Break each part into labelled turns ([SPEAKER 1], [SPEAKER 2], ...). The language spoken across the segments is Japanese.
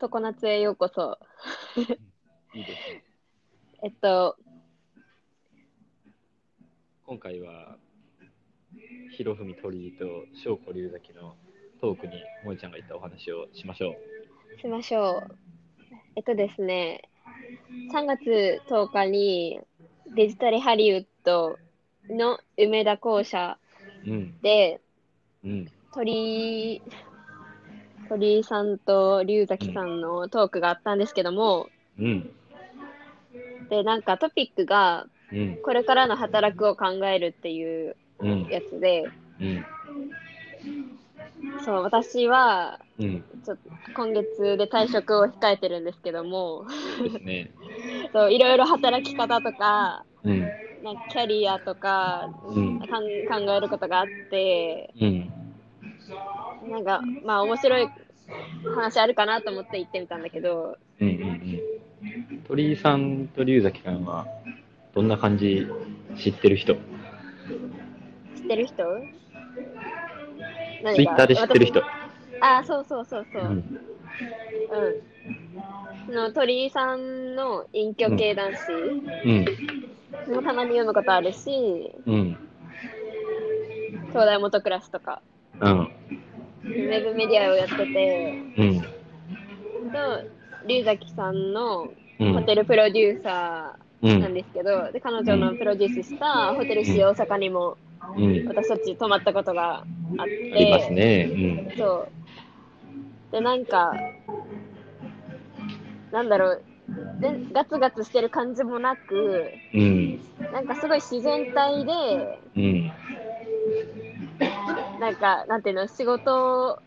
[SPEAKER 1] 常夏へようこそ。
[SPEAKER 2] いいですね。
[SPEAKER 1] えっと、
[SPEAKER 2] 今回は、ひろふみ鳥居と翔子龍崎のトークに萌ちゃんが言ったお話をしましょう。
[SPEAKER 1] しましょう。えっとですね、3月10日にデジタルハリウッドの梅田校舎
[SPEAKER 2] うん、
[SPEAKER 1] で
[SPEAKER 2] うん、
[SPEAKER 1] 鳥居、鳥居さんと龍崎さんのトークがあったんですけども、
[SPEAKER 2] うん、
[SPEAKER 1] で、なんかトピックが
[SPEAKER 2] うん、
[SPEAKER 1] これからの働くを考えるっていう
[SPEAKER 2] うん、
[SPEAKER 1] やつで、
[SPEAKER 2] うん、
[SPEAKER 1] そう、私は
[SPEAKER 2] うん、
[SPEAKER 1] ちょっと今月で退職を控えてるんですけども、
[SPEAKER 2] ですね。
[SPEAKER 1] そういろいろ働き方とか、
[SPEAKER 2] うん、
[SPEAKER 1] なんかキャリアとか
[SPEAKER 2] うん
[SPEAKER 1] かん考えることがあって
[SPEAKER 2] うん、
[SPEAKER 1] なんかまあ面白い話あるかなと思って行ってみたんだけど
[SPEAKER 2] うん、うん、うん。鳥居さんと龍崎さんは、どんな感じ知ってる人
[SPEAKER 1] 知ってる人
[SPEAKER 2] ツイッターで知ってる人。
[SPEAKER 1] 私あそうそうそうそうううん、
[SPEAKER 2] ん、
[SPEAKER 1] その鳥居さんの隠居系男子
[SPEAKER 2] うん、
[SPEAKER 1] もたまに読むことあるし
[SPEAKER 2] うん、
[SPEAKER 1] 東大元クラスとか
[SPEAKER 2] うん、
[SPEAKER 1] ウェブメディアをやってて
[SPEAKER 2] うん、
[SPEAKER 1] と龍崎さんの
[SPEAKER 2] うん、
[SPEAKER 1] ホテルプロデューサー
[SPEAKER 2] う
[SPEAKER 1] なん
[SPEAKER 2] ん、
[SPEAKER 1] ですけど、で彼女のプロデュースしたホテル市大阪にも
[SPEAKER 2] うん、
[SPEAKER 1] 私たち泊まったことがあっ
[SPEAKER 2] あります
[SPEAKER 1] て、
[SPEAKER 2] ね。うん、
[SPEAKER 1] そうでなんかなんだろうでガツガツしてる感じもなく
[SPEAKER 2] うん、
[SPEAKER 1] なんかすごい自然体で
[SPEAKER 2] うん、
[SPEAKER 1] なんかなんていうの仕事を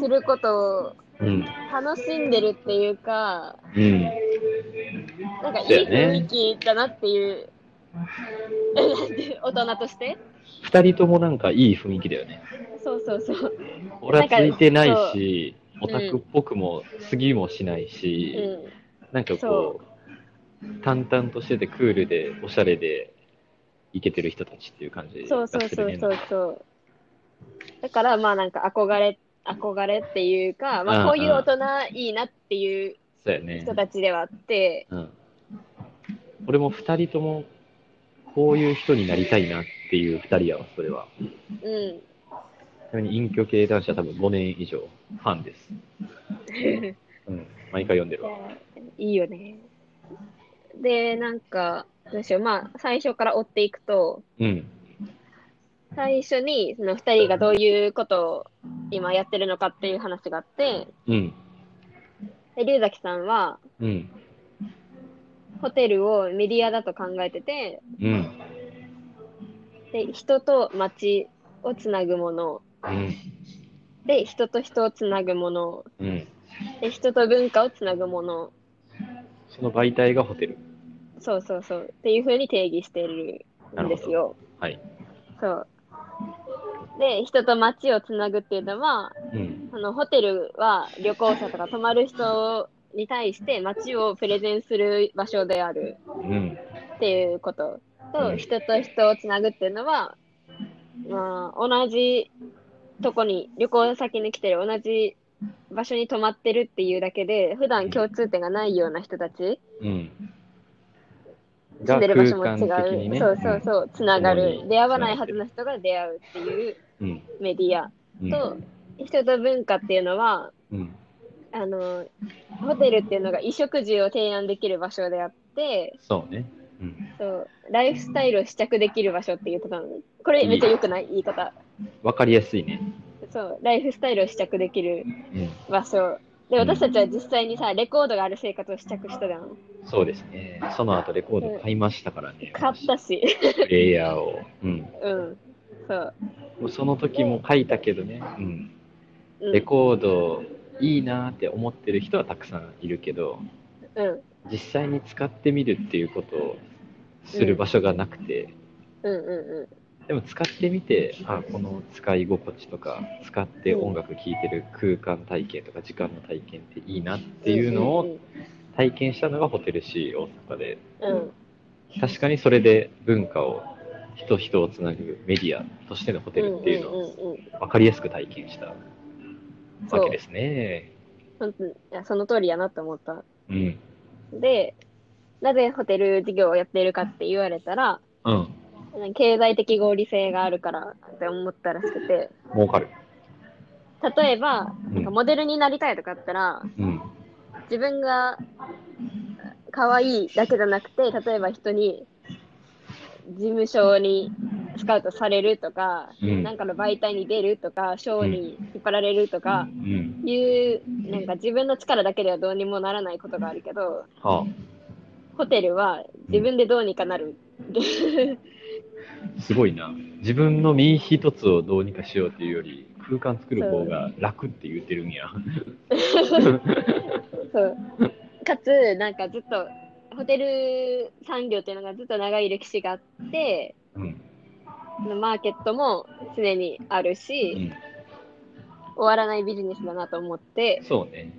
[SPEAKER 1] することを
[SPEAKER 2] うん、
[SPEAKER 1] 楽しんでるっていうか
[SPEAKER 2] うん。
[SPEAKER 1] なんかいい
[SPEAKER 2] そうや
[SPEAKER 1] 雰
[SPEAKER 2] ね
[SPEAKER 1] 囲気だなっていう 大人として
[SPEAKER 2] 二人ともなんかいい雰囲気だよね。
[SPEAKER 1] そうそうそう
[SPEAKER 2] 俺はついてないし、
[SPEAKER 1] そ
[SPEAKER 2] オ
[SPEAKER 1] う
[SPEAKER 2] タクっぽくも過ぎもしないし、
[SPEAKER 1] うん
[SPEAKER 2] なんかこう、淡々としててクールで、おしゃれで、イケてる人たちっていう感じ
[SPEAKER 1] そう
[SPEAKER 2] がす
[SPEAKER 1] そうそ
[SPEAKER 2] る
[SPEAKER 1] う
[SPEAKER 2] ね。
[SPEAKER 1] そうそう。だからまあなんか憧れ憧れっていうか、まあ、
[SPEAKER 2] うんう
[SPEAKER 1] こ
[SPEAKER 2] ん
[SPEAKER 1] ういう大人いいなっていう
[SPEAKER 2] そうやね
[SPEAKER 1] 人。たちではあって、
[SPEAKER 2] うん。俺も二人とも、こういう人になりたいなっていう二人やわ、それは。
[SPEAKER 1] うん。
[SPEAKER 2] ちなみに隠居系男子は多分5年以上、ファンです。うん。毎回読んでるわ。
[SPEAKER 1] いいよね。で、なんか、どうしよう、まあ最初から追っていくと、
[SPEAKER 2] うん。
[SPEAKER 1] 最初にその2人がどういうことを今やってるのかっていう話があって、
[SPEAKER 2] うん。
[SPEAKER 1] で龍崎さんは
[SPEAKER 2] うん。
[SPEAKER 1] ホテルをメディアだと考えてて、
[SPEAKER 2] うん。
[SPEAKER 1] で人と街をつなぐもの、
[SPEAKER 2] うん。
[SPEAKER 1] で人と人をつなぐもの
[SPEAKER 2] うん。
[SPEAKER 1] で人と文化をつなぐもの
[SPEAKER 2] その媒体がホテル。
[SPEAKER 1] そうそうそうっていうふうに定義してる
[SPEAKER 2] なん
[SPEAKER 1] で
[SPEAKER 2] るほ
[SPEAKER 1] す
[SPEAKER 2] ど。
[SPEAKER 1] よ。
[SPEAKER 2] はい。
[SPEAKER 1] そうで人と街をつなぐっていうのは
[SPEAKER 2] うん。
[SPEAKER 1] あのホテルは旅行者とか泊まる人に対して街をプレゼンする場所である
[SPEAKER 2] うん。
[SPEAKER 1] っていうこと
[SPEAKER 2] う
[SPEAKER 1] と
[SPEAKER 2] ん
[SPEAKER 1] 人と人をつなぐっていうのは、まあ、同じとこに旅行先に来てる同じ場所に泊まってるっていうだけで普段共通点がないような人たち
[SPEAKER 2] うん。
[SPEAKER 1] 住んでる場所も
[SPEAKER 2] が空間的
[SPEAKER 1] 違う、
[SPEAKER 2] にね
[SPEAKER 1] そうそうそうつなが
[SPEAKER 2] う
[SPEAKER 1] る
[SPEAKER 2] ん
[SPEAKER 1] 出会わないはずの人が出会うっていう
[SPEAKER 2] うん。
[SPEAKER 1] メディア
[SPEAKER 2] うん。
[SPEAKER 1] と人と文化っていうのは
[SPEAKER 2] うん。
[SPEAKER 1] あのホテルっていうのが衣食住を提案できる場所であって
[SPEAKER 2] そうね。うん。
[SPEAKER 1] そうライフスタイルを試着できる場所って言ってたのこれめっちゃ良くない言い方
[SPEAKER 2] わかりやすいね。
[SPEAKER 1] そうライフスタイルを試着できる
[SPEAKER 2] うん。
[SPEAKER 1] 場所で私たちは実際にさレコードがある生活を試着したじゃん
[SPEAKER 2] そうですね。その後レコード買いましたからね。
[SPEAKER 1] 買ったし
[SPEAKER 2] 私プレイヤーを。うん。
[SPEAKER 1] うんそう、
[SPEAKER 2] もうその時も書いたけどね。うん。
[SPEAKER 1] うん、
[SPEAKER 2] レコードいいなーって思ってる人はたくさんいるけど、
[SPEAKER 1] うん
[SPEAKER 2] 実際に使ってみるっていうことをする場所がなくて、
[SPEAKER 1] うんうんうん
[SPEAKER 2] でも使ってみて、あこの使い心地とか、使って音楽聴いてる空間体験とか時間の体験っていいなっていうの
[SPEAKER 1] うん
[SPEAKER 2] を体験したのがホテル C 大阪で、
[SPEAKER 1] うんうん
[SPEAKER 2] 確かにそれで文化を人と人をつなぐメディアとしてのホテルっていうの
[SPEAKER 1] ん
[SPEAKER 2] を
[SPEAKER 1] んうんうん
[SPEAKER 2] 分かりやすく体験したわけですね。
[SPEAKER 1] 本当にいやその通りやなと思った。
[SPEAKER 2] うん。
[SPEAKER 1] で、なぜホテル事業をやっているかって言われたら、
[SPEAKER 2] うん。
[SPEAKER 1] 経済的合理性があるからって思ったらしくて、
[SPEAKER 2] 儲かる。
[SPEAKER 1] 例えば、
[SPEAKER 2] う
[SPEAKER 1] なん
[SPEAKER 2] ん
[SPEAKER 1] か。モデルになりたいとかあったら、
[SPEAKER 2] うん。
[SPEAKER 1] 自分が可愛いだけじゃなくて、例えば人に事務所にスカウトされるとか、
[SPEAKER 2] うん
[SPEAKER 1] なんかの媒体に出るとか、賞に引っ張られるとか、
[SPEAKER 2] うん。
[SPEAKER 1] いう、なんか自分の力だけではどうにもならないことがあるけど、
[SPEAKER 2] は
[SPEAKER 1] ホテルは自分でどうにかなる。
[SPEAKER 2] あ、すごいな。自分の身一つをどうにかしようっていうより、空間作る方が楽って言ってるんや。
[SPEAKER 1] そうかつ、なんかずっと、ホテル産業っていうのがずっと長い歴史があって、
[SPEAKER 2] うん。
[SPEAKER 1] マーケットも常にある
[SPEAKER 2] う
[SPEAKER 1] し、
[SPEAKER 2] ん。
[SPEAKER 1] 終わらないビジネスだなと思って、
[SPEAKER 2] そうね。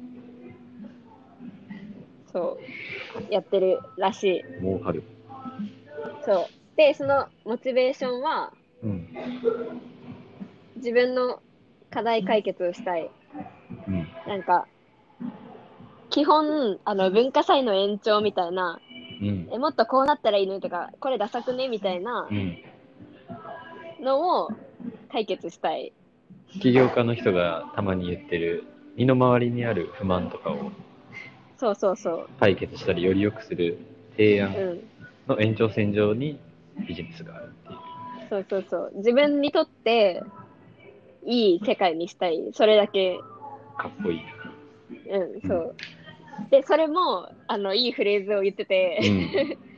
[SPEAKER 1] そう、やってるらしい。
[SPEAKER 2] 儲かる。
[SPEAKER 1] そう。で、そのモチベーションは、
[SPEAKER 2] うん。
[SPEAKER 1] 自分の課題解決をしたい。
[SPEAKER 2] うん。
[SPEAKER 1] なんか、基本、あの、文化祭の延長みたいな、
[SPEAKER 2] うん。
[SPEAKER 1] え、もっとこうなったらいいのにとか、これダサくねみたいな
[SPEAKER 2] うん。
[SPEAKER 1] のを解決したい。
[SPEAKER 2] 起業家の人がたまに言ってる、身の回りにある不満とかを
[SPEAKER 1] そうそうそう。
[SPEAKER 2] 解決したりより良くする提
[SPEAKER 1] う
[SPEAKER 2] 案
[SPEAKER 1] ん。
[SPEAKER 2] の延長線上にビジネスがあるっていう。
[SPEAKER 1] そうそうそう。自分にとって、いい世界にしたい。それだけ。
[SPEAKER 2] かっこいいな。
[SPEAKER 1] うん、そう。で、それも、あの、いいフレーズを言ってて、
[SPEAKER 2] うん。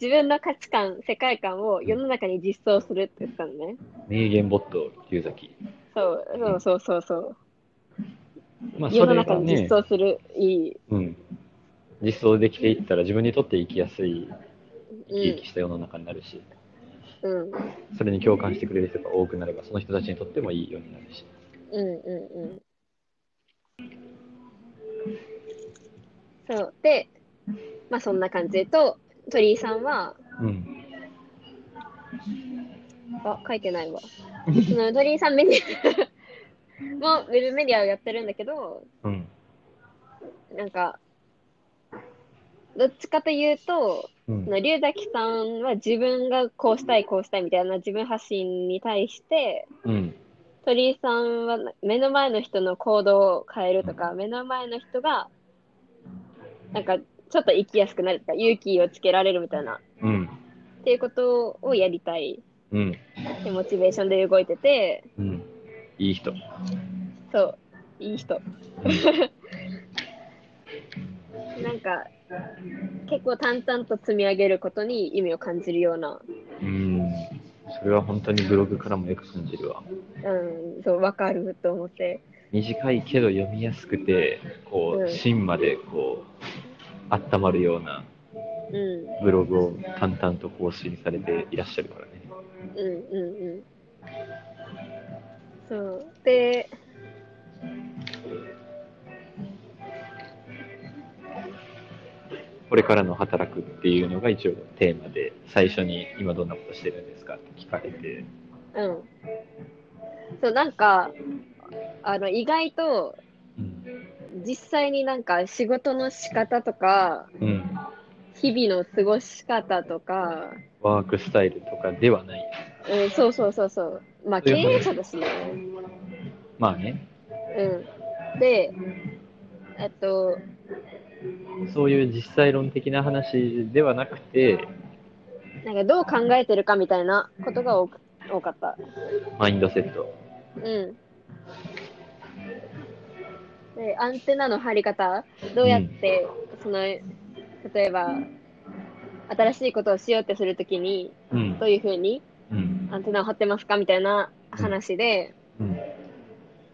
[SPEAKER 1] 自分の価値観、世界観を世の中に実装するって言ってたのね。
[SPEAKER 2] 名言ボット、龍崎。
[SPEAKER 1] そう、そうそうそうそう。
[SPEAKER 2] まあ、
[SPEAKER 1] 世
[SPEAKER 2] そ
[SPEAKER 1] の
[SPEAKER 2] れ
[SPEAKER 1] 中
[SPEAKER 2] が
[SPEAKER 1] に実
[SPEAKER 2] ね、
[SPEAKER 1] 装する、いい。
[SPEAKER 2] うん。実装できていったら自分にとって生きやすい、
[SPEAKER 1] う
[SPEAKER 2] 生き生
[SPEAKER 1] ん
[SPEAKER 2] きした世の中になるし、
[SPEAKER 1] うん、
[SPEAKER 2] それに共感してくれる人が多くなれば、その人たちにとってもいいようになるし。
[SPEAKER 1] うん、うん、うん。そう。で、まあそんな感じでと、鳥居さんは、
[SPEAKER 2] うん。
[SPEAKER 1] あ、書いて ないわ。その鳥居さんメディア も、ウェブメディアをやってるんだけど、
[SPEAKER 2] うん。
[SPEAKER 1] なんか、どっちかというと、
[SPEAKER 2] う
[SPEAKER 1] そ
[SPEAKER 2] ん。
[SPEAKER 1] の龍崎さんは自分がこうしたいこうしたいみたいな自分発信に対して
[SPEAKER 2] うん。
[SPEAKER 1] 鳥居さんは目の前の人の行動を変えるとか目の前の人がなんかちょっと生きやすくなるとか勇気をつけられるみたいな
[SPEAKER 2] うん。
[SPEAKER 1] っていうことをやりたい
[SPEAKER 2] うん。
[SPEAKER 1] でモチベーションで動いてて
[SPEAKER 2] うん。いい人。
[SPEAKER 1] そういい人なんか結構淡々と積み上げることに意味を感じるような
[SPEAKER 2] うん。それは本当にブログからもよく感じるわ。
[SPEAKER 1] うんそうわかると思って。
[SPEAKER 2] 短いけど読みやすくて、こ
[SPEAKER 1] うん
[SPEAKER 2] う、芯までこう、温まるような
[SPEAKER 1] うん
[SPEAKER 2] ブログを淡々と更新されていらっしゃるからね。
[SPEAKER 1] うんうんうん。そう。で、
[SPEAKER 2] これからの働くっていうのが一応テーマで、最初に今どんなことしてるんですかって聞かれて、
[SPEAKER 1] うん。そう、なんか、あの、意外と、
[SPEAKER 2] うん、
[SPEAKER 1] 実際になんか仕事の仕方とか、
[SPEAKER 2] うん、
[SPEAKER 1] 日々の過ごし方とか、
[SPEAKER 2] ワークスタイルとかではない。
[SPEAKER 1] うん、そうそうそうそう。まあ、経営者だしね。
[SPEAKER 2] まあね、
[SPEAKER 1] うん。で、えっと、
[SPEAKER 2] そういう実際論的な話ではなくて、
[SPEAKER 1] なんかどう考えてるかみたいなことが多く多かった。
[SPEAKER 2] マインドセット。
[SPEAKER 1] うん。で、アンテナの張り方、どうやって、その、例えば、新しいことをしようってするときに、
[SPEAKER 2] うん
[SPEAKER 1] ど、ういうふうに
[SPEAKER 2] うん、
[SPEAKER 1] アンテナを張ってますかみたいな話で、
[SPEAKER 2] うん、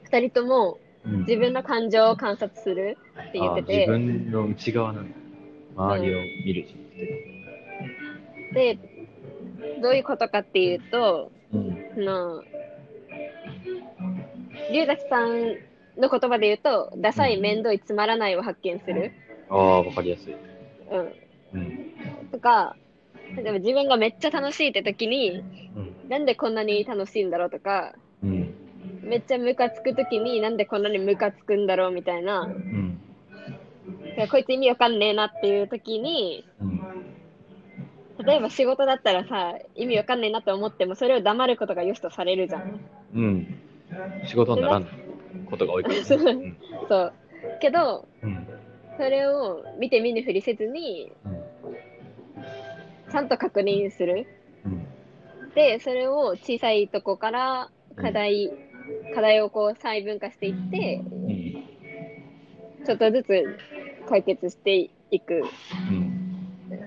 [SPEAKER 1] 二人とも
[SPEAKER 2] うん。
[SPEAKER 1] 自分の感情を観察するって言って
[SPEAKER 2] あ自
[SPEAKER 1] て、
[SPEAKER 2] 分の内側なんだ。周りを見るじゃなくて。
[SPEAKER 1] で、どういうことかっていうと、
[SPEAKER 2] うん、
[SPEAKER 1] その、龍崎さんの言葉で言うと、ダサい、めんどい、つまらないを発見する。
[SPEAKER 2] ああ、わかりやすい。
[SPEAKER 1] うん。
[SPEAKER 2] うん、
[SPEAKER 1] とか、例えば自分がめっちゃ楽しいって時に、
[SPEAKER 2] うん、
[SPEAKER 1] なんでこんなに楽しいんだろうとか、
[SPEAKER 2] うん、
[SPEAKER 1] めっちゃムカつくときになんでこんなにムカつくんだろうみたいな、
[SPEAKER 2] うん
[SPEAKER 1] いやこいつ意味わかんねえなっていうときに、
[SPEAKER 2] うん
[SPEAKER 1] 例えば仕事だったらさ、意味わかんねえなと思っても、それを黙ることが良しとされるじゃん。
[SPEAKER 2] うん仕事にならんことが多いから ね
[SPEAKER 1] そう
[SPEAKER 2] うん
[SPEAKER 1] そう。けど、
[SPEAKER 2] うん
[SPEAKER 1] それを見て見ぬふりせずに、
[SPEAKER 2] うん
[SPEAKER 1] ちゃんと確認する。
[SPEAKER 2] うん
[SPEAKER 1] で、それを小さいとこから課題、課題をこう細分化していって、
[SPEAKER 2] うん
[SPEAKER 1] ちょっとずつ解決していく。
[SPEAKER 2] うん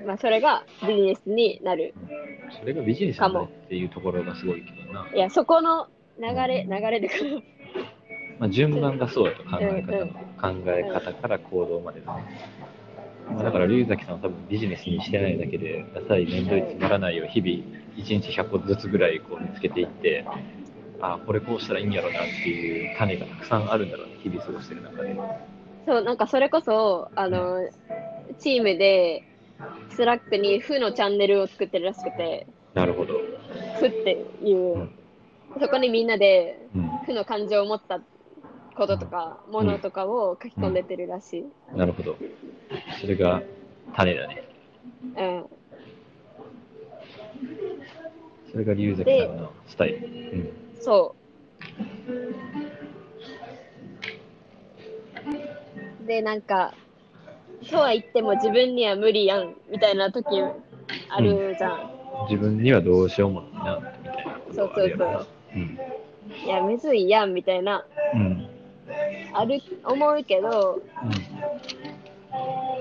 [SPEAKER 1] まあ、それがビジネスになる。
[SPEAKER 2] それがビジネスなんだっていうところがすごいけどな、
[SPEAKER 1] いや、そこの流れ、流れでかな。
[SPEAKER 2] まあ、順番がそうやと考え方の考え方から行動までだね、まあ、だから龍崎さんは多分ビジネスにしてないだけでダサい面倒いつまらないを日々1日100個ずつぐらいこう見つけていってああこれこうしたらいいんやろなっていう種がたくさんあるんだろうね日々過ごしてる中で
[SPEAKER 1] そう、なんかそれこそ、あの、チームで、スラックに負のチャンネルを作ってるらしくて、
[SPEAKER 2] なるほど、、
[SPEAKER 1] 負っていううんそこにみんなで
[SPEAKER 2] うん、
[SPEAKER 1] 負の感情を持ったこととか、ものとかを書き込んでってるらしい。
[SPEAKER 2] なるほどそれが種だね
[SPEAKER 1] うん。
[SPEAKER 2] それが龍崎さんのスタイル、うん
[SPEAKER 1] そう。で、なんか、とは言っても自分には無理やん、みたいな時あるじゃん。
[SPEAKER 2] 自分にはどうしようもないなみたいなことはあるやろな
[SPEAKER 1] そう
[SPEAKER 2] うん
[SPEAKER 1] いや、むずいやん、みたいな、
[SPEAKER 2] うん
[SPEAKER 1] ある、思うけど、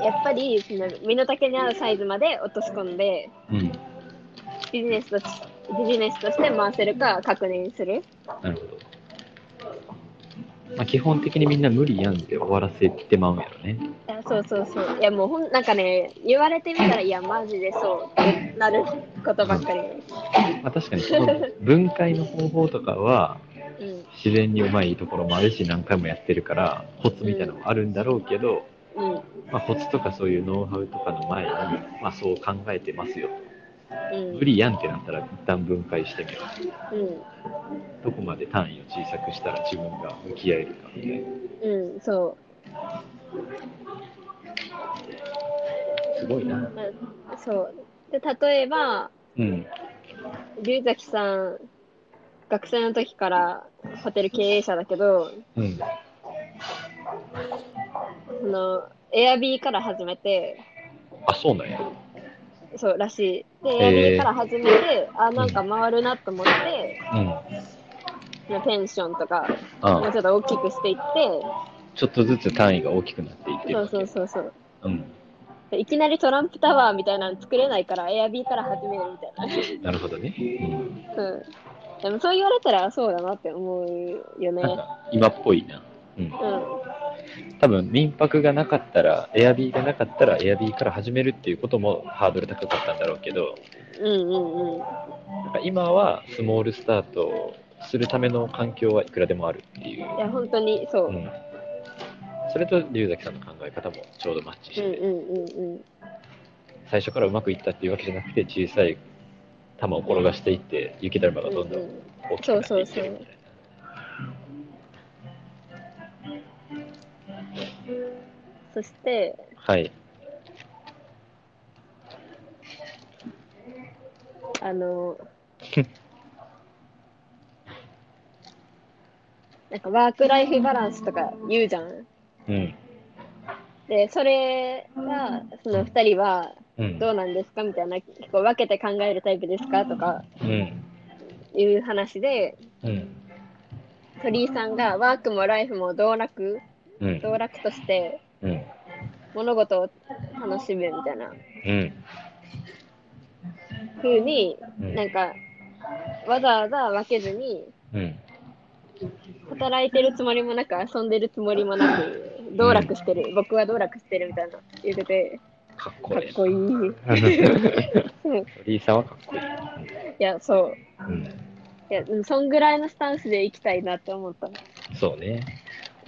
[SPEAKER 1] やっぱり、その、身の丈に合うサイズまで落とし込んで、
[SPEAKER 2] うんうん
[SPEAKER 1] ビジネスとし、ビジネスとして回せるか確認する。
[SPEAKER 2] なるほど。まあ、基本的にみんな無理やんって終わらせてまうんやろね。
[SPEAKER 1] いやそうそうそう。いや、もうほん、なんかね、言われてみたら、いや、マジでそう、ってなることばっかり。
[SPEAKER 2] まあ、確かにその分解の方法とかは
[SPEAKER 1] うん。
[SPEAKER 2] 自然にうまいところもあるし何回もやってるからコツみたいなのもあるんだろうけど、
[SPEAKER 1] うん。うん。
[SPEAKER 2] まあ、コツとかそういうノウハウとかの前に、まあ、そう考えてますよ。無理やんってなったら一旦分解してみよう。
[SPEAKER 1] うん。
[SPEAKER 2] どこまで単位を小さくしたら自分が向き合えるかみたいな。
[SPEAKER 1] うん、そ
[SPEAKER 2] すごいな
[SPEAKER 1] う。。そう。で、例えば、
[SPEAKER 2] うん。
[SPEAKER 1] 龍崎さん、学生の時からホテル経営者だけど、
[SPEAKER 2] うん。
[SPEAKER 1] その、エアビーから始めて、
[SPEAKER 2] あ、そうなんや。
[SPEAKER 1] そうらしい。で、エア
[SPEAKER 2] へー
[SPEAKER 1] ビーから始めて、あ、なんか回るなと思って、
[SPEAKER 2] うん。
[SPEAKER 1] ペンションとか、
[SPEAKER 2] あ
[SPEAKER 1] もうちょっと大きくしていって、
[SPEAKER 2] ちょっとずつ単位が大きくなっていってる
[SPEAKER 1] そ
[SPEAKER 2] わ
[SPEAKER 1] う
[SPEAKER 2] け
[SPEAKER 1] そうそうそう。
[SPEAKER 2] うん。
[SPEAKER 1] でいきなりトランプタワーみたいなの作れないから、エアビーから始めるみたいな。
[SPEAKER 2] なるほどね。う
[SPEAKER 1] う
[SPEAKER 2] ん
[SPEAKER 1] ん。でもそう言われたら、そうだなって思うよね。
[SPEAKER 2] なんか今っぽいな。うん、
[SPEAKER 1] うん。
[SPEAKER 2] 多分民泊がなかったら、エアビーがなかったら、エアビーから始めるっていうこともハードル高かったんだろうけど、
[SPEAKER 1] うんうんうん。
[SPEAKER 2] なんか今はスモールスタートをするための環境はいくらでもあるっていう、
[SPEAKER 1] いや、本当にそうう。
[SPEAKER 2] ん、それと龍崎さんの考え方もちょうどマッチし
[SPEAKER 1] うん
[SPEAKER 2] て、
[SPEAKER 1] うんうんうん。
[SPEAKER 2] 最初からうまくいったっていうわけじゃなくて、小さい球を転がしていって、雪だるまがどんどん大きくなっていってるみたいな。
[SPEAKER 1] そして、
[SPEAKER 2] はい。
[SPEAKER 1] あの、 なんかワークライフバランスとか言うじゃん。
[SPEAKER 2] うん。
[SPEAKER 1] で、それが、その二人は
[SPEAKER 2] うん。
[SPEAKER 1] どうなんですかみたいな、結構分けて考えるタイプですかとか
[SPEAKER 2] うん。
[SPEAKER 1] いう話で、
[SPEAKER 2] うん。
[SPEAKER 1] 鳥居さんがワークもライフも道楽、
[SPEAKER 2] うん。
[SPEAKER 1] 道楽として
[SPEAKER 2] うん。
[SPEAKER 1] 物事を楽しむみたいな
[SPEAKER 2] うん。
[SPEAKER 1] 風に
[SPEAKER 2] うん
[SPEAKER 1] なんか、わざわざ分けずに、
[SPEAKER 2] うん。
[SPEAKER 1] 働いてるつもりもなく、遊んでるつもりもなく、道楽してる、僕は道楽してるみたいな言ってて、
[SPEAKER 2] かっこ
[SPEAKER 1] かっ
[SPEAKER 2] いい。
[SPEAKER 1] こいい。うん
[SPEAKER 2] リーさんはかっこいい。
[SPEAKER 1] いや、そう。
[SPEAKER 2] うん。
[SPEAKER 1] いや、うんそんぐらいのスタンスで行きたいなって思った。
[SPEAKER 2] そうね。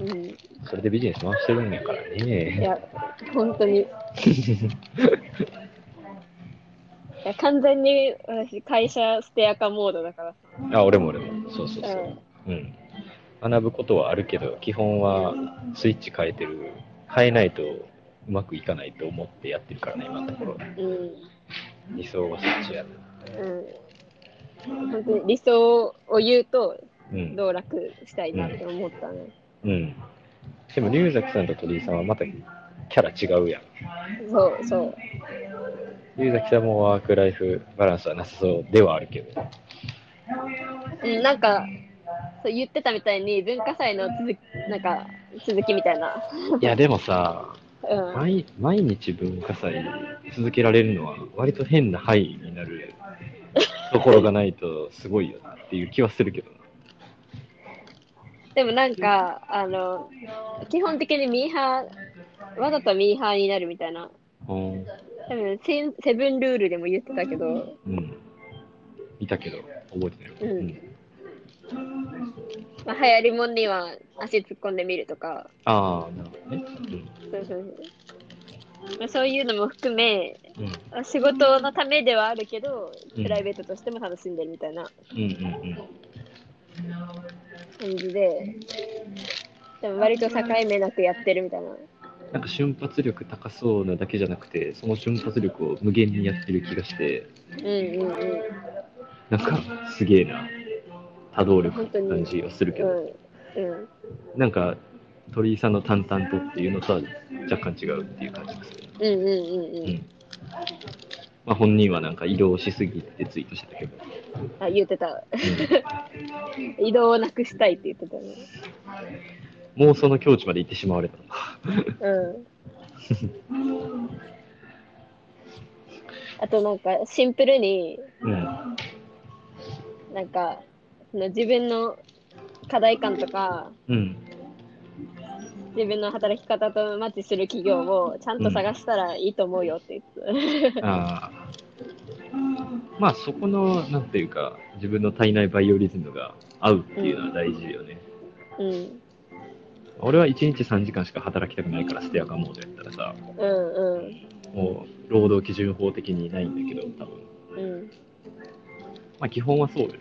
[SPEAKER 1] うん。い
[SPEAKER 2] それでビジネス回してるんやからね。
[SPEAKER 1] や、本当 に。いや、完全に私、会社ステアカモードだからさ。
[SPEAKER 2] あ、俺も俺も。そうそう
[SPEAKER 1] う
[SPEAKER 2] そ
[SPEAKER 1] ん
[SPEAKER 2] う。うん。学ぶことはあるけど、基本はスイッチ変えてる、変えないとうまくいかないと思ってやってるからね、今のところ。
[SPEAKER 1] う
[SPEAKER 2] 理想はそっちやな。
[SPEAKER 1] ん。うん。本当に理想を言うと、
[SPEAKER 2] うん。
[SPEAKER 1] 道楽したいなって思ったね。
[SPEAKER 2] うん。でも、龍崎さんと鳥居さんはまたキャラ違うやん。
[SPEAKER 1] そうそう。
[SPEAKER 2] 龍崎さんもワークライフバランスはなさそうではあるけど。
[SPEAKER 1] うん、なんか、そう言ってたみたいに、文化祭の続き、なんか、続きみたいな。
[SPEAKER 2] いや、でもさ、
[SPEAKER 1] うん。
[SPEAKER 2] 毎毎日文化祭続けられるのは割と変な範囲になるところがないとすごいよなっていう気はするけどな。
[SPEAKER 1] でもなんか、あの、基本的にミーハー、わざとミーハーになるみたいな。
[SPEAKER 2] うん。
[SPEAKER 1] 多分セン、セブンルールでも言ってたけど、
[SPEAKER 2] うん。見たけど、覚えてない。
[SPEAKER 1] うんまあ、流行りもんには足突っ込んでみるとか、
[SPEAKER 2] ああ、なるほどね。
[SPEAKER 1] そうそうそう。まあ、そういうのも含め、
[SPEAKER 2] うん。うん。
[SPEAKER 1] あ仕事のためではあるけど、
[SPEAKER 2] うん
[SPEAKER 1] プライベートとしても楽しんでるみたいな
[SPEAKER 2] うんうん
[SPEAKER 1] 感じで、でも割と境目なくやってるみたいな。
[SPEAKER 2] うん。なんか瞬発力高そうなだけじゃなくて、その瞬発力を無限にやってる気がして、
[SPEAKER 1] うんうんうん。
[SPEAKER 2] なんかすげえな、多動力って感じはするけど、
[SPEAKER 1] うん。うん。
[SPEAKER 2] なんか鳥居さんの淡々とっていうのとは若干違うっていう感じですね。
[SPEAKER 1] うんうんうん
[SPEAKER 2] う
[SPEAKER 1] うん。
[SPEAKER 2] んまあ、本人はなんか移動しすぎてツイートしてたけど、
[SPEAKER 1] あ、言ってた。移動をなくしたいって言ってたね。
[SPEAKER 2] もうその境地まで行ってしまわれたのか。
[SPEAKER 1] うん。あとなんかシンプルに
[SPEAKER 2] うん。
[SPEAKER 1] なんかその自分の課題感とか
[SPEAKER 2] うん。
[SPEAKER 1] 自分の働き方とマッチする企業をちゃんと探したらいいと思うよって言って
[SPEAKER 2] ああ。まあそこの、なんていうか、自分の体内バイオリズムが合うっていうのは大事よね。
[SPEAKER 1] た。うん。
[SPEAKER 2] 俺は1日3時間しか働きたくないからステアカモードやったらさ、
[SPEAKER 1] うんうん。
[SPEAKER 2] もう労働基準法的にないんだけど、多分。
[SPEAKER 1] うん。
[SPEAKER 2] まあ基本はそうよね。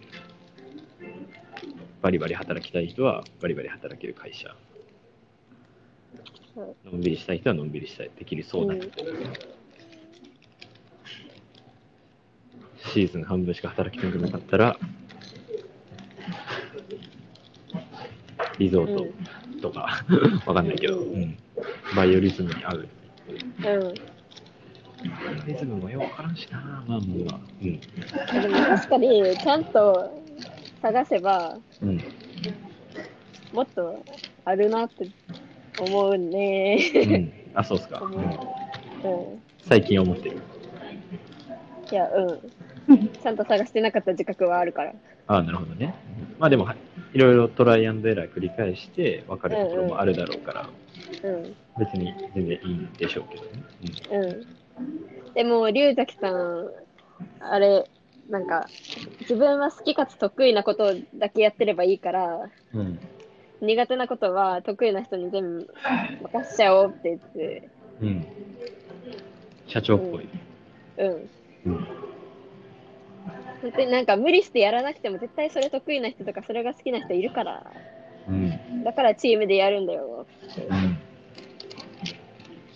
[SPEAKER 2] バリバリ働きたい人はバリバリ働ける会社。
[SPEAKER 1] そう
[SPEAKER 2] のんびりしたい人はのんびりしたい。できるそうだ、
[SPEAKER 1] うん
[SPEAKER 2] シーズン半分しか働きたくなかったら、リゾートとか、 わかんないけど、うんバイオリズムに合う。
[SPEAKER 1] うん。
[SPEAKER 2] バイオリズムもよくわからんしな、まあもうは。うん。
[SPEAKER 1] でも確かにちゃんと探せば
[SPEAKER 2] うん。
[SPEAKER 1] もっとあるなって思うね。
[SPEAKER 2] うん、あ、そうっすか、
[SPEAKER 1] 思
[SPEAKER 2] うん
[SPEAKER 1] う。うん。
[SPEAKER 2] 最近思ってる。
[SPEAKER 1] いや、うん。ちゃんと探してなかった自覚はあるから。
[SPEAKER 2] ああ、なるほどね。まあでも、はいろいろトライアンドエラー繰り返して分かるところもあるだろうから、
[SPEAKER 1] うん。
[SPEAKER 2] 別に全然いいんでしょうけどね。
[SPEAKER 1] うん。でも、龍崎さん、あれ、なんか、自分は好きかつ得意なことだけやってればいいから、
[SPEAKER 2] うん。うん
[SPEAKER 1] 苦手なことは得意な人に全部任せちゃおうって言って、
[SPEAKER 2] うん。社長っぽい。
[SPEAKER 1] うん。
[SPEAKER 2] うん。
[SPEAKER 1] 本当になんか無理してやらなくても絶対それ得意な人とかそれが好きな人いるから、
[SPEAKER 2] うん。
[SPEAKER 1] だからチームでやるんだよ。
[SPEAKER 2] うん。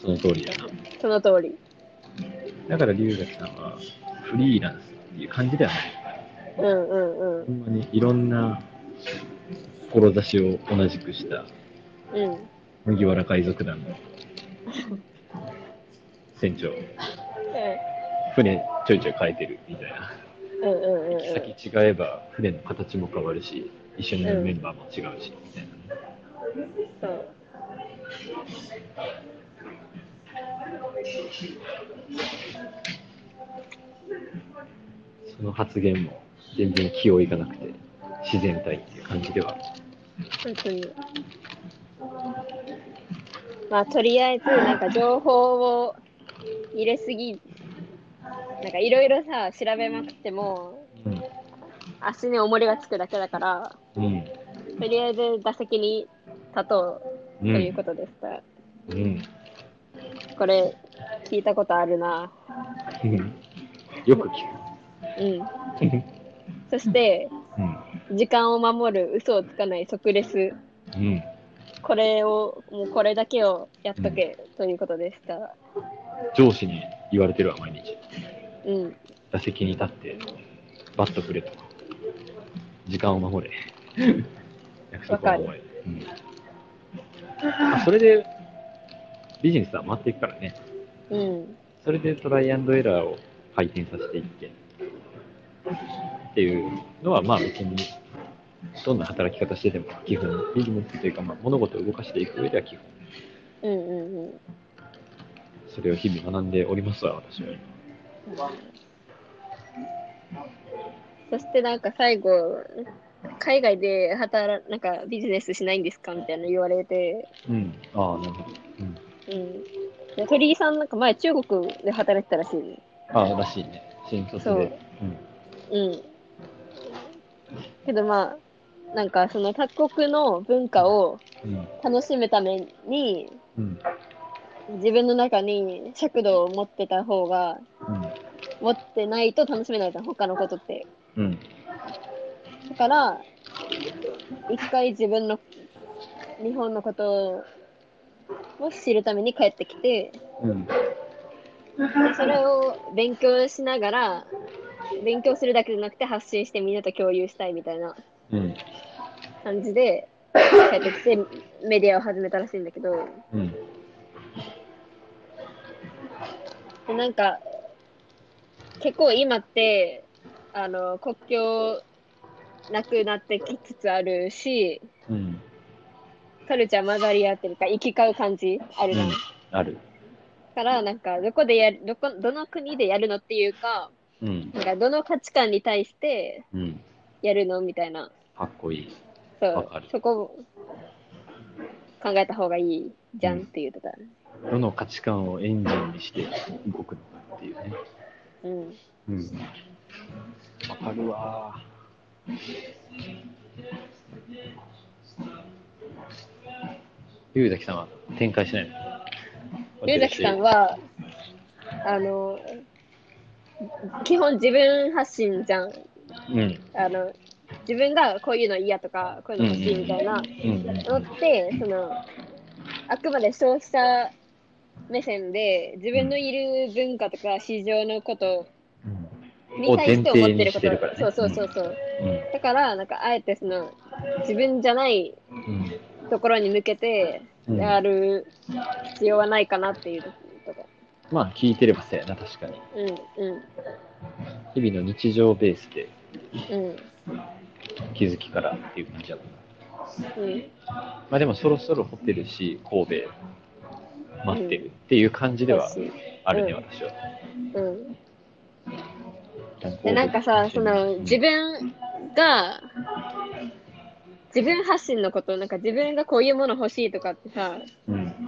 [SPEAKER 2] その通りだな。
[SPEAKER 1] その通り。
[SPEAKER 2] だから、龍崎さんは、フリーランスっていう感じではない。
[SPEAKER 1] うんうんうん
[SPEAKER 2] ほ。んまにいろんな志を同じくした、
[SPEAKER 1] うん。
[SPEAKER 2] 麦わら海賊団の船長、船ちょいちょい変えてるみたいな。
[SPEAKER 1] うんうんうんうん。
[SPEAKER 2] 行き先違えば、船の形も変わるし、一緒にいるメンバーも違うし、みたいなね。
[SPEAKER 1] そう。
[SPEAKER 2] その発言も全然気をいかなくて、自然体っていう感じではある。
[SPEAKER 1] 本当に。まあ、とりあえず、なんか情報を入れすぎ、なんかいろいろさ、調べまくっても、足に重りがつくだけだから、
[SPEAKER 2] うん。
[SPEAKER 1] とりあえず打席に立とう
[SPEAKER 2] う。
[SPEAKER 1] というんことでした。
[SPEAKER 2] うん。
[SPEAKER 1] これ、聞いたことあるな。
[SPEAKER 2] うんよく聞く。
[SPEAKER 1] うん。そして、
[SPEAKER 2] うん。
[SPEAKER 1] 時間を守る、嘘をつかない、即レス。
[SPEAKER 2] うん。
[SPEAKER 1] これを、もうこれだけをやっとけ、ということでした。
[SPEAKER 2] 上司に言われてるわ、毎日。
[SPEAKER 1] うん。
[SPEAKER 2] 打席に立って、バット振れと。時間を守れ。 約束を守れ。うんまあそれで、ビジネスは回っていくからね。
[SPEAKER 1] うん。
[SPEAKER 2] それでトライアンドエラーを回転させていって。っていうのは、まあ別に、どんな働き方してても、基本、ビジネスというか、まあ物事を動かしていく上では基本、
[SPEAKER 1] うんうんうん。
[SPEAKER 2] それを日々学んでおりますわ、私は。
[SPEAKER 1] そしてなんか最後、海外で働、なんかビジネスしないんですかみたいな言われて、
[SPEAKER 2] うん。ああ、なるほど。うん。
[SPEAKER 1] うん。で鳥居さんなんか前中国で働いてたらしいね。
[SPEAKER 2] ああ、らしいね。新卒
[SPEAKER 1] そう
[SPEAKER 2] で。うん。
[SPEAKER 1] うん。けどまあ、なんかその他国の文化を
[SPEAKER 2] うん。
[SPEAKER 1] 楽しむために、
[SPEAKER 2] うん。
[SPEAKER 1] 自分の中に尺度を持ってた方が、持ってないと楽しめないじゃん、他のことって。
[SPEAKER 2] うん。うん。
[SPEAKER 1] だから、一回自分の日本のことを知るために帰ってきて、
[SPEAKER 2] うん。
[SPEAKER 1] それを勉強しながら、勉強するだけじゃなくて発信してみんなと共有したいみたいな
[SPEAKER 2] うん。
[SPEAKER 1] 感じで帰ってきてメディアを始めたらしいんだけど、
[SPEAKER 2] うん。
[SPEAKER 1] でなんか結構今ってあの国境なくなってきつつあるし
[SPEAKER 2] うん。
[SPEAKER 1] カルチャー混ざり合ってるか行き交う感じあるじゃん、だ
[SPEAKER 2] ある。
[SPEAKER 1] からなんかどこでやるどこどの国でやるのっていうか
[SPEAKER 2] うん。
[SPEAKER 1] なんかどの価値観に対して
[SPEAKER 2] うん。
[SPEAKER 1] やるのみたいな
[SPEAKER 2] かっこいい。
[SPEAKER 1] そ
[SPEAKER 2] わ
[SPEAKER 1] う
[SPEAKER 2] かる
[SPEAKER 1] そこを考えた方がいいじゃんって言ってた、
[SPEAKER 2] 世の価値観をエンジンにして動くのかっていうね。
[SPEAKER 1] うん、
[SPEAKER 2] うん。わかるわ龍崎さんは展開しないの
[SPEAKER 1] 龍崎さんは、あの、基本自分発信じゃん。
[SPEAKER 2] うん。
[SPEAKER 1] あの、自分がこういうの嫌とか、こういうの欲しいみたいな
[SPEAKER 2] うん。
[SPEAKER 1] のって、その、あくまで消費者目線で、自分のいる文化とか市場のこと
[SPEAKER 2] うん。
[SPEAKER 1] に対して思ってるこ
[SPEAKER 2] を前提にしてるからね
[SPEAKER 1] と。そうそうそうそう。だから、なんか、あえてその、自分じゃない
[SPEAKER 2] うん。
[SPEAKER 1] ところに向けて、
[SPEAKER 2] うん
[SPEAKER 1] やる必要はないかなっていうとこ。
[SPEAKER 2] まあ、聞いてればそうやな、確かに。
[SPEAKER 1] うん、うん。
[SPEAKER 2] 日々の日常ベースで
[SPEAKER 1] うん
[SPEAKER 2] 気づきからっていう感じだったな。
[SPEAKER 1] うん
[SPEAKER 2] まあでもそろそろホテルし、神戸待ってるっていう感じではある
[SPEAKER 1] う
[SPEAKER 2] ね、
[SPEAKER 1] ん
[SPEAKER 2] 私は。
[SPEAKER 1] うん、
[SPEAKER 2] 神戸
[SPEAKER 1] でなんかさその自、分が自分発信のことなんか自分がこういうもの欲しいとかってさ
[SPEAKER 2] うん
[SPEAKER 1] 必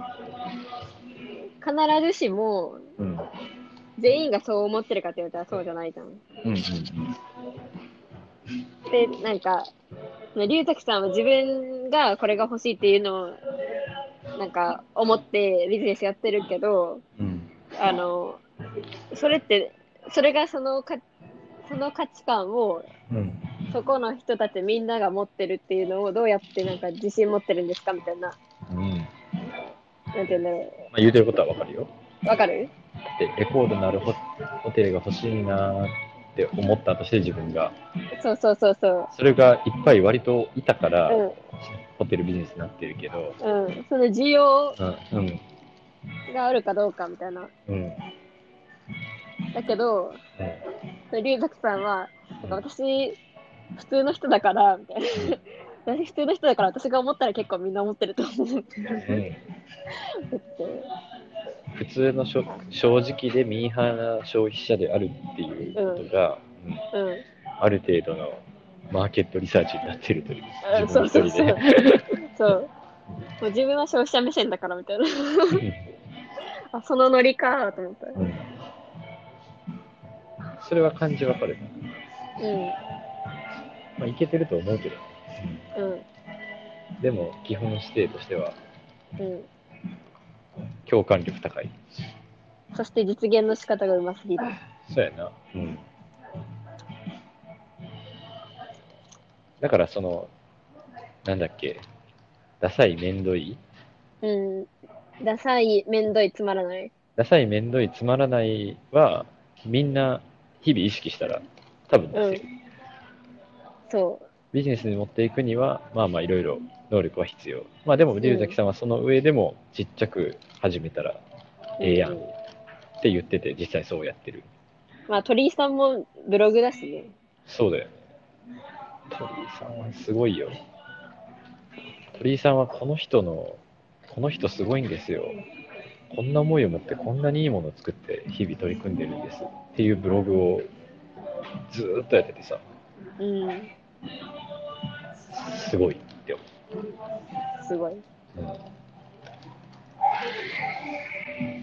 [SPEAKER 1] ずしも
[SPEAKER 2] うん
[SPEAKER 1] 全員がそう思ってるかって言われたらそうじゃないじゃん。
[SPEAKER 2] うんうん
[SPEAKER 1] でなんか龍崎さんは自分がこれが欲しいっていうのをなんか思ってビジネスやってるけど
[SPEAKER 2] うん
[SPEAKER 1] あのそれってそれがそのかその価値観を
[SPEAKER 2] うんうん
[SPEAKER 1] そこの人たちみんなが持ってるっていうのをどうやってなんか自信持ってるんですかみたいな、
[SPEAKER 2] うんま
[SPEAKER 1] なんていうんだろ
[SPEAKER 2] あ、言うてることはわかるよ。
[SPEAKER 1] う、わかる
[SPEAKER 2] で、レコードのあるホホテルが欲しいなーって思ったとして自分が、
[SPEAKER 1] そうそうそうそう。
[SPEAKER 2] それがいっぱい割といたから、
[SPEAKER 1] う
[SPEAKER 2] ホテルビジネスになってるけど、
[SPEAKER 1] ん、うん。その需要
[SPEAKER 2] うん、うん、
[SPEAKER 1] があるかどうかみたいな。
[SPEAKER 2] うん、うん
[SPEAKER 1] だけど、龍崎さんは、なんか私、普通の人だから、みたいな。私普通の人だから私が思ったら結構みんな思ってると思うって
[SPEAKER 2] う
[SPEAKER 1] 言
[SPEAKER 2] ん
[SPEAKER 1] って
[SPEAKER 2] 普通のしょ正直でミーハーな消費者であるっていうことが、うん
[SPEAKER 1] うん
[SPEAKER 2] ある程度のマーケットリサーチになってるという
[SPEAKER 1] あ。
[SPEAKER 2] 自分一人
[SPEAKER 1] そうそ
[SPEAKER 2] で。
[SPEAKER 1] うそうもう自分は消費者目線だからみたいな
[SPEAKER 2] う
[SPEAKER 1] あそのノリかと思った
[SPEAKER 2] んそれは感じわかる。
[SPEAKER 1] うん
[SPEAKER 2] まあ、いけてると思うけど、
[SPEAKER 1] うん
[SPEAKER 2] でも基本指定としては
[SPEAKER 1] うん
[SPEAKER 2] 共感力高い。
[SPEAKER 1] そして実現の仕方がうますぎる。
[SPEAKER 2] そうやな。うん。だからその、なんだっけ、ダサい、めんどい、
[SPEAKER 1] うん。ダサい、めんどい、つまらない。
[SPEAKER 2] ダサい、めんどい、つまらないは、みんな日々意識したら多分ですよ。
[SPEAKER 1] そ
[SPEAKER 2] ビジネスに持っていくには、まあまあいろいろ能力は必要。まあでも、龍崎さんはその上でもちっちゃく始めたら
[SPEAKER 1] う。
[SPEAKER 2] ええやん
[SPEAKER 1] う
[SPEAKER 2] っ
[SPEAKER 1] ん
[SPEAKER 2] て言ってて、実際そうやってる。
[SPEAKER 1] まあ、鳥居さんもブログだしね。
[SPEAKER 2] そうだよね。鳥居さんはすごいよ。鳥居さんはこの人の、この人すごいんですよ。こんな思いを持ってこんなにいいものを作って日々取り組んでるんですっていうブログをずーっとやっててさ、
[SPEAKER 1] うん。
[SPEAKER 2] すごいって思
[SPEAKER 1] すごい。
[SPEAKER 2] う。うん、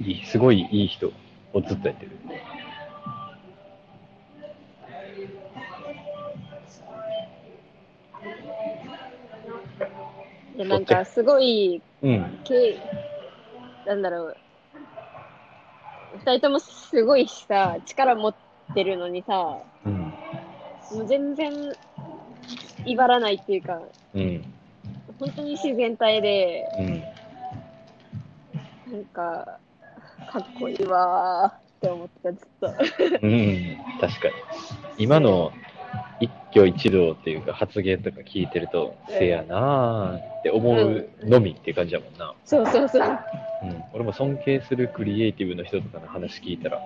[SPEAKER 2] いい、すごいいい人をずっとやってる。
[SPEAKER 1] で、なんか、すごい、
[SPEAKER 2] うん。
[SPEAKER 1] けなんだろう。二人ともすごいしさ、力持ってるのにさ、も
[SPEAKER 2] うん。
[SPEAKER 1] う全然、威張らないっていうか、
[SPEAKER 2] うん。
[SPEAKER 1] 本当に自然体で、
[SPEAKER 2] うん。
[SPEAKER 1] なんか、かっこいいわーって思ってた、ずっと。
[SPEAKER 2] うん、確かに。今の一挙一動っていうか発言とか聞いてると、
[SPEAKER 1] うん
[SPEAKER 2] せやなーって思うのみっていう感じだもんな。
[SPEAKER 1] そうそうそう。
[SPEAKER 2] うん、俺も尊敬するクリエイティブの人とかの話聞いたら、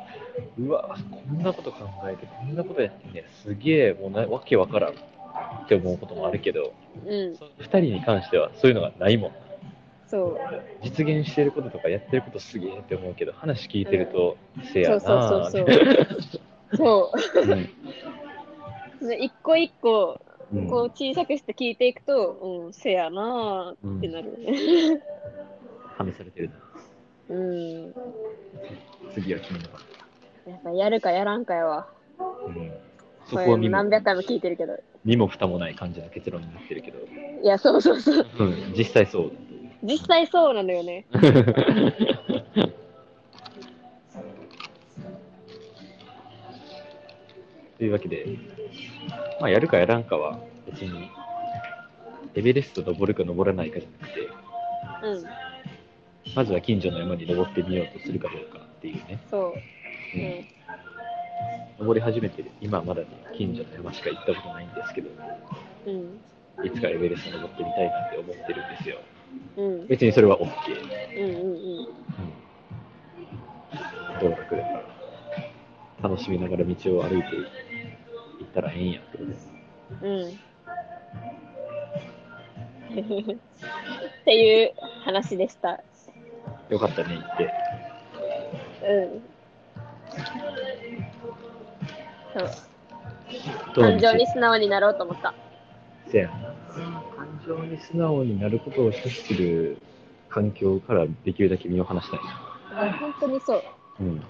[SPEAKER 2] うわ、こんなこと考えて、こんなことやってんねやすげえ、もうなわけわからんって思うこともあるけど、
[SPEAKER 1] うん、
[SPEAKER 2] その二人に関してはそういうのがないもん。
[SPEAKER 1] そう。
[SPEAKER 2] 実現してることとかやってることすげえって思うけど、話聞いてると、せや
[SPEAKER 1] そう
[SPEAKER 2] な
[SPEAKER 1] そ
[SPEAKER 2] ー
[SPEAKER 1] うそ
[SPEAKER 2] って
[SPEAKER 1] う そう。そ
[SPEAKER 2] うん
[SPEAKER 1] う。一個一個、
[SPEAKER 2] うん
[SPEAKER 1] こう小さくして聞いていくと、うん、せやなーってなるよね。
[SPEAKER 2] はめされてるな。
[SPEAKER 1] うん。
[SPEAKER 2] 次は君の番。
[SPEAKER 1] やっぱやるかやらんかやわ。
[SPEAKER 2] うん、そ
[SPEAKER 1] こ
[SPEAKER 2] こは
[SPEAKER 1] れ
[SPEAKER 2] 身も
[SPEAKER 1] 何百回も聞いてるけど。
[SPEAKER 2] 身も蓋もない感じの結論になってるけど、
[SPEAKER 1] いや、そうそうそう。
[SPEAKER 2] うん、実際そう
[SPEAKER 1] 実際そうなんだよね。
[SPEAKER 2] だと思う。というわけで、まあ、やるかやらんかは別にエベレスト登るか登らないかじゃなくて、
[SPEAKER 1] うん、
[SPEAKER 2] まずは近所の山に登ってみようとするかどうかっていうね、
[SPEAKER 1] そう。
[SPEAKER 2] うん
[SPEAKER 1] ね
[SPEAKER 2] 登り始めてる、今まだね、近所の山しか行ったことないんですけど、
[SPEAKER 1] うん。
[SPEAKER 2] いつかエベレスト登ってみたいなって思ってるんですよ。
[SPEAKER 1] うん。うん。
[SPEAKER 2] 別にそれは
[SPEAKER 1] う
[SPEAKER 2] OK。
[SPEAKER 1] ん。うん。
[SPEAKER 2] 道楽で。楽しみながら道を歩いて行ったらええんやってことです。
[SPEAKER 1] うん。っていう話でした。
[SPEAKER 2] よかったね、行って。
[SPEAKER 1] うん。そう。
[SPEAKER 2] どう
[SPEAKER 1] 感
[SPEAKER 2] に
[SPEAKER 1] 情に素直になろうと思った。
[SPEAKER 2] せやな。感情に素直になることを拒否する環境からできるだけ身を離したいな。
[SPEAKER 1] 本当にそう。
[SPEAKER 2] うん。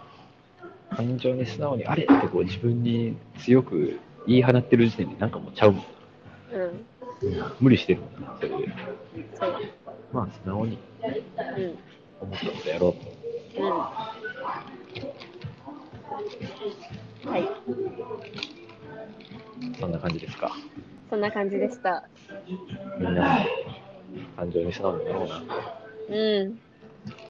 [SPEAKER 2] 感情に素直にあれってこう自分に強く言い放ってる時点でなんかもうちゃうもん。
[SPEAKER 1] うん。
[SPEAKER 2] 無理してるもんな、それで。
[SPEAKER 1] そう。
[SPEAKER 2] まあ素直に
[SPEAKER 1] うん。
[SPEAKER 2] 思ったことやろうと。
[SPEAKER 1] うん。はい。
[SPEAKER 2] そんな感じですか。
[SPEAKER 1] そんな感じでした。
[SPEAKER 2] みんな、感情に素直になろうな。
[SPEAKER 1] うん。